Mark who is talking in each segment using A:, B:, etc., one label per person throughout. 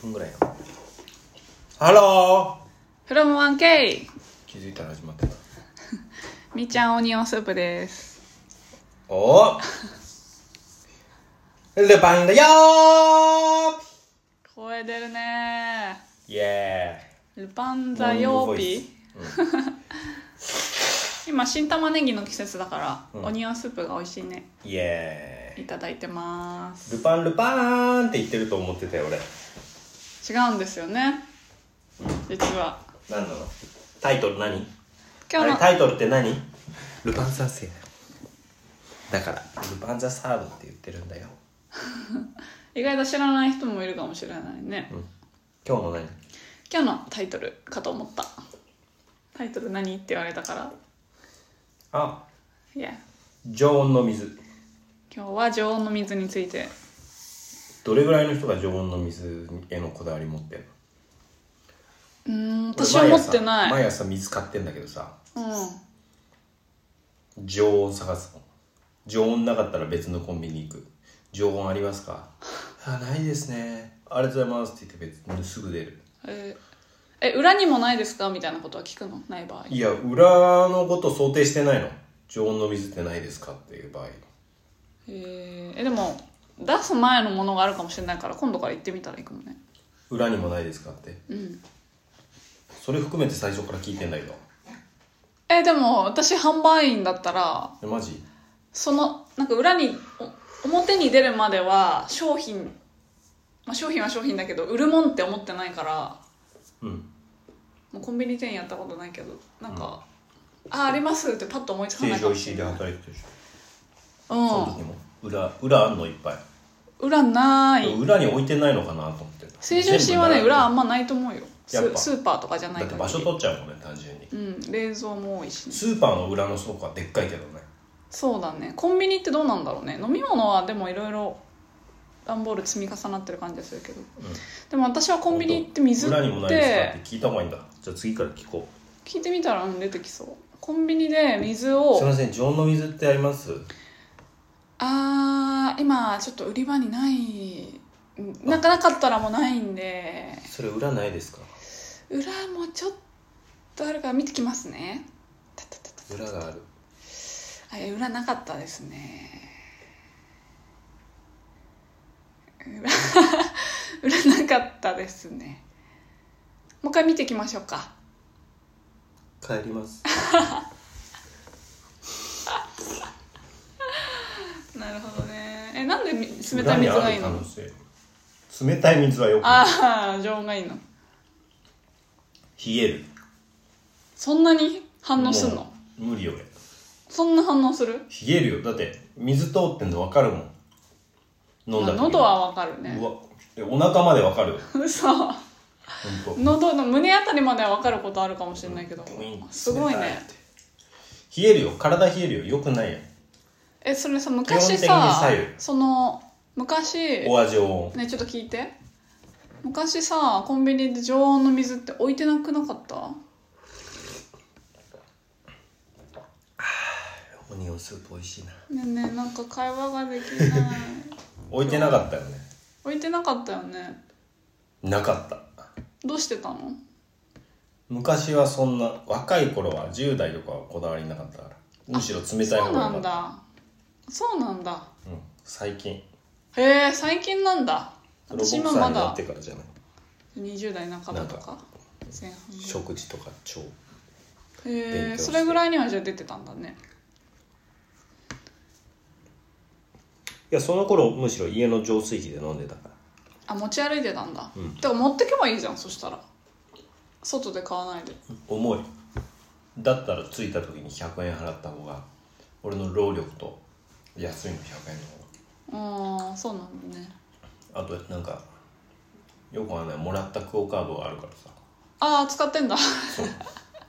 A: 分ぐらいやハロ
B: from 1K
A: ー気づいたら始まってた
B: みーちゃんオニオンスープです
A: おールパンだよ
B: 声出るね
A: ーイエ
B: ルパン
A: ーイ
B: ザヨーピ
A: うん
B: ー今新玉ねぎの季節だから、
A: うん
B: オニオンスープが美味しいね
A: イエ
B: いただいてます
A: ーイルパンルパーンって言ってると思ってたよ俺
B: 違うんですよね実は
A: 何なのタイトル何
B: 今日
A: あ
B: の
A: れタイトルって何ルパン三世だからルパンザサードって言ってるんだよ、
B: 意外と知らない人もいるかもしれないね
A: うん、今日の何
B: 今日のタイトルかと思ったタイトル何って言われたから
A: あ
B: いや
A: 常温の水
B: 今日は常温の水について
A: どれぐらいの人が常温の水へのこだわり持ってるの
B: うーん私は持ってな
A: 毎
B: い、
A: 朝毎朝水買ってんだけどさ
B: うん
A: 常温探すの常温なかったら別のコンビニ行く常温ありますかあないですねありがとうございますって言って別にすぐ出る
B: えーえ裏にもないですかみたいなことは聞くのない場合
A: いや裏のこと想定してないの常温の水ってないですかっていう場合
B: えーえでも出す前のものがあるかもしれないから今度から行ってみたらいいかもね
A: 裏にもないですかって
B: うん
A: それ含めて最初から聞いてんだけど
B: えでも私販売員だったら
A: えマジ
B: そのなんか裏にお表に出るまでは商品、まあ、商品は商品だけど売るもんって思ってないから
A: うん
B: もうコンビニ店やったことないけどなんか、ああありますってパッと思いつか
A: 成
B: ないか
A: 城
B: もし
A: 石井
B: れ
A: で
B: ない、
A: 働いてるでしょ、その
B: う
A: 時も裏裏あんのいっぱい
B: ん、裏ない
A: 裏に置いてないのかなと思って
B: 成城石井はね
A: 全部並
B: 裏あ
A: ん
B: んまないと思うよス
A: やっぱ
B: スーパーとかじゃな
A: で
B: い
A: るだって
B: 限
A: 場所
B: り
A: 取っちゃうもんね単純に
B: うん冷蔵も多いし、ね、
A: スーパーの裏の倉庫はでっかいけどね
B: そうだねコンビニってどうなんだろうね飲み物はでもいろいろ段ボール積み重なってる感じがするけどでも私はコンビニ行って水っ
A: 裏にもないですかってて聞いた方がいいんだじゃあ次から聞こう
B: 聞いてみたらうん出てきそうコンビニで水
A: すい
B: を
A: ません常温の水ってあります
B: あー今ちょっと売り場にないうんなんかなかったらもうないんで
A: それ裏ないですか
B: 裏もちょっとあるから見てきますねたたたた
A: 裏がある
B: あいや裏なかったですね 裏裏なかったですねもう一回見てきましょうか
A: 帰ります
B: なるほどねえなんでみ 冷たい水がいい
A: 裏にある
B: の
A: 可能性冷たい水はよくな
B: ああ常温がいいの
A: い冷える
B: そんなに反応すん
A: も
B: の
A: う無理俺冷
B: そんな反応する
A: えるよだって水通ってんの分かるもん飲んだ
B: あ
A: 時
B: 喉はわかる
A: う
B: ね
A: わえお腹まで分かる
B: 嘘
A: 本当。
B: 喉の胸あたりまではわかることあるかもしれないけど
A: ブイン
B: すごい
A: 冷た
B: ね
A: って冷えるよ体冷えるよよくないよ
B: えそれさ昔
A: 基本的に
B: さ
A: 左右
B: その昔
A: お味を
B: ねちょっと聞いて昔さコンビニで常温の水って置いてなくなかった
A: オニオンスープ美味しいな
B: ねえねえなんか会話ができない
A: 置いてなかったよね
B: 置いてなかったよね
A: なかった
B: どうしてたの
A: 昔はそんな若い頃は10代とかはこだわりなかったからむしろ冷たい
B: そう
A: 方が
B: な
A: 良か
B: ん
A: った
B: だそうなんだ
A: うん、最近
B: へえ最近なんだ
A: それを
B: 私
A: ボ
B: 今
A: クサー
B: ま
A: にな
B: だ
A: ってからじゃない
B: 20代半ばと
A: なん
B: か前半ぐ
A: 食事とか超
B: らいへ
A: 勉強
B: え
A: して
B: それぐらいにはじゃあ出てたんだね
A: いやその頃むしろ家の浄水器で飲んでたから
B: あ持ち歩いてたんだ、
A: うん
B: てか持ってけばいいじゃんそしたら外で買わないで
A: 重いだったら着いた時に100円払った方が俺の労力と安いの100円の
B: ああそうなんだね
A: 方があとなんかよくわかんないもらったクオカードがあるからさ
B: ああ使ってんだ
A: そう、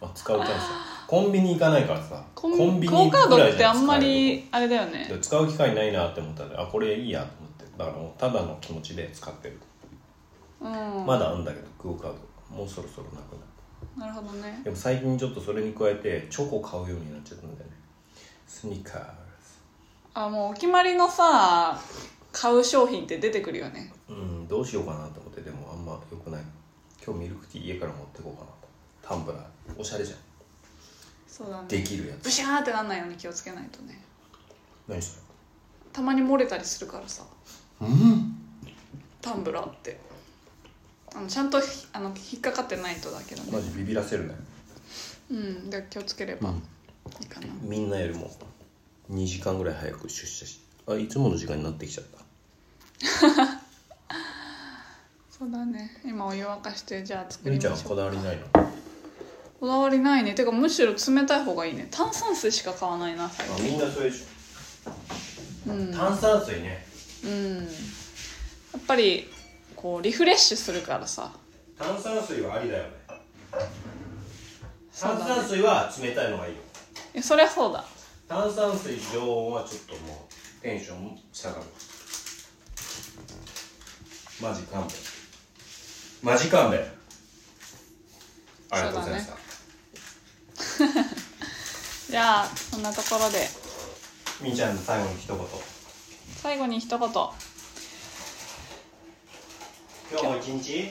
A: まあ、使うチャンスコンビニ行かないからさ
B: コンビニクオカードってあんまりあれだよね
A: で使う機会ないなって思ったんであこれいいやと思ってだからもうただの気持ちで使ってる、
B: うん
A: まだあんだけどクオカードもうそろそろなくなる
B: なるほどね
A: でも最近ちょっとそれに加えてチョコ買うようになっちゃったんだよねスニーカーズ
B: あもうお決まりのさ買う商品って出てくるよね
A: うんどうしようかなと思ってでもあんまよくない今日ミルクティー家から持ってこうかなとタンブラーおしゃれじゃん
B: そうだ
A: で
B: ね
A: きるや
B: ブ
A: つ
B: シャーってなんないように気をつけないとね
A: 何そ
B: たまに漏れたりするからさ
A: れうん
B: タンブラーってあのちゃんとひあの引っかかってないとだけど
A: マ
B: ね
A: ジビビらせるね、
B: うんで気をつければいいかな、
A: みんなよりも2時間ぐらい早く出社しあいつもの時間になってきちゃった
B: そうだね今お湯沸かしてじゃあ作
A: ゆ
B: り
A: り
B: ま
A: ち
B: し
A: ゃん
B: ょう
A: こだわりないの
B: こだわりないねてかむしろ冷たい方がいいね炭酸水しか買わないな最近
A: みんなそれでし
B: う
A: ょ、
B: ん
A: 炭酸水ね
B: うんやっぱりこうリフレッシュするからさ
A: 炭酸水はありだよね
B: そうだね
A: 水は冷たいのがいいよ
B: いやそりゃそうだ
A: 炭酸水常温はちょっともうテンション下がるマジ勘弁マジ勘弁ありがとうございました、
B: じゃあそんなところで
A: みーちゃんの最後に一言
B: 最後に一言
A: 今日も一日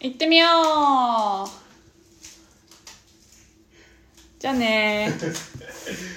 B: 行ってみようじゃあねー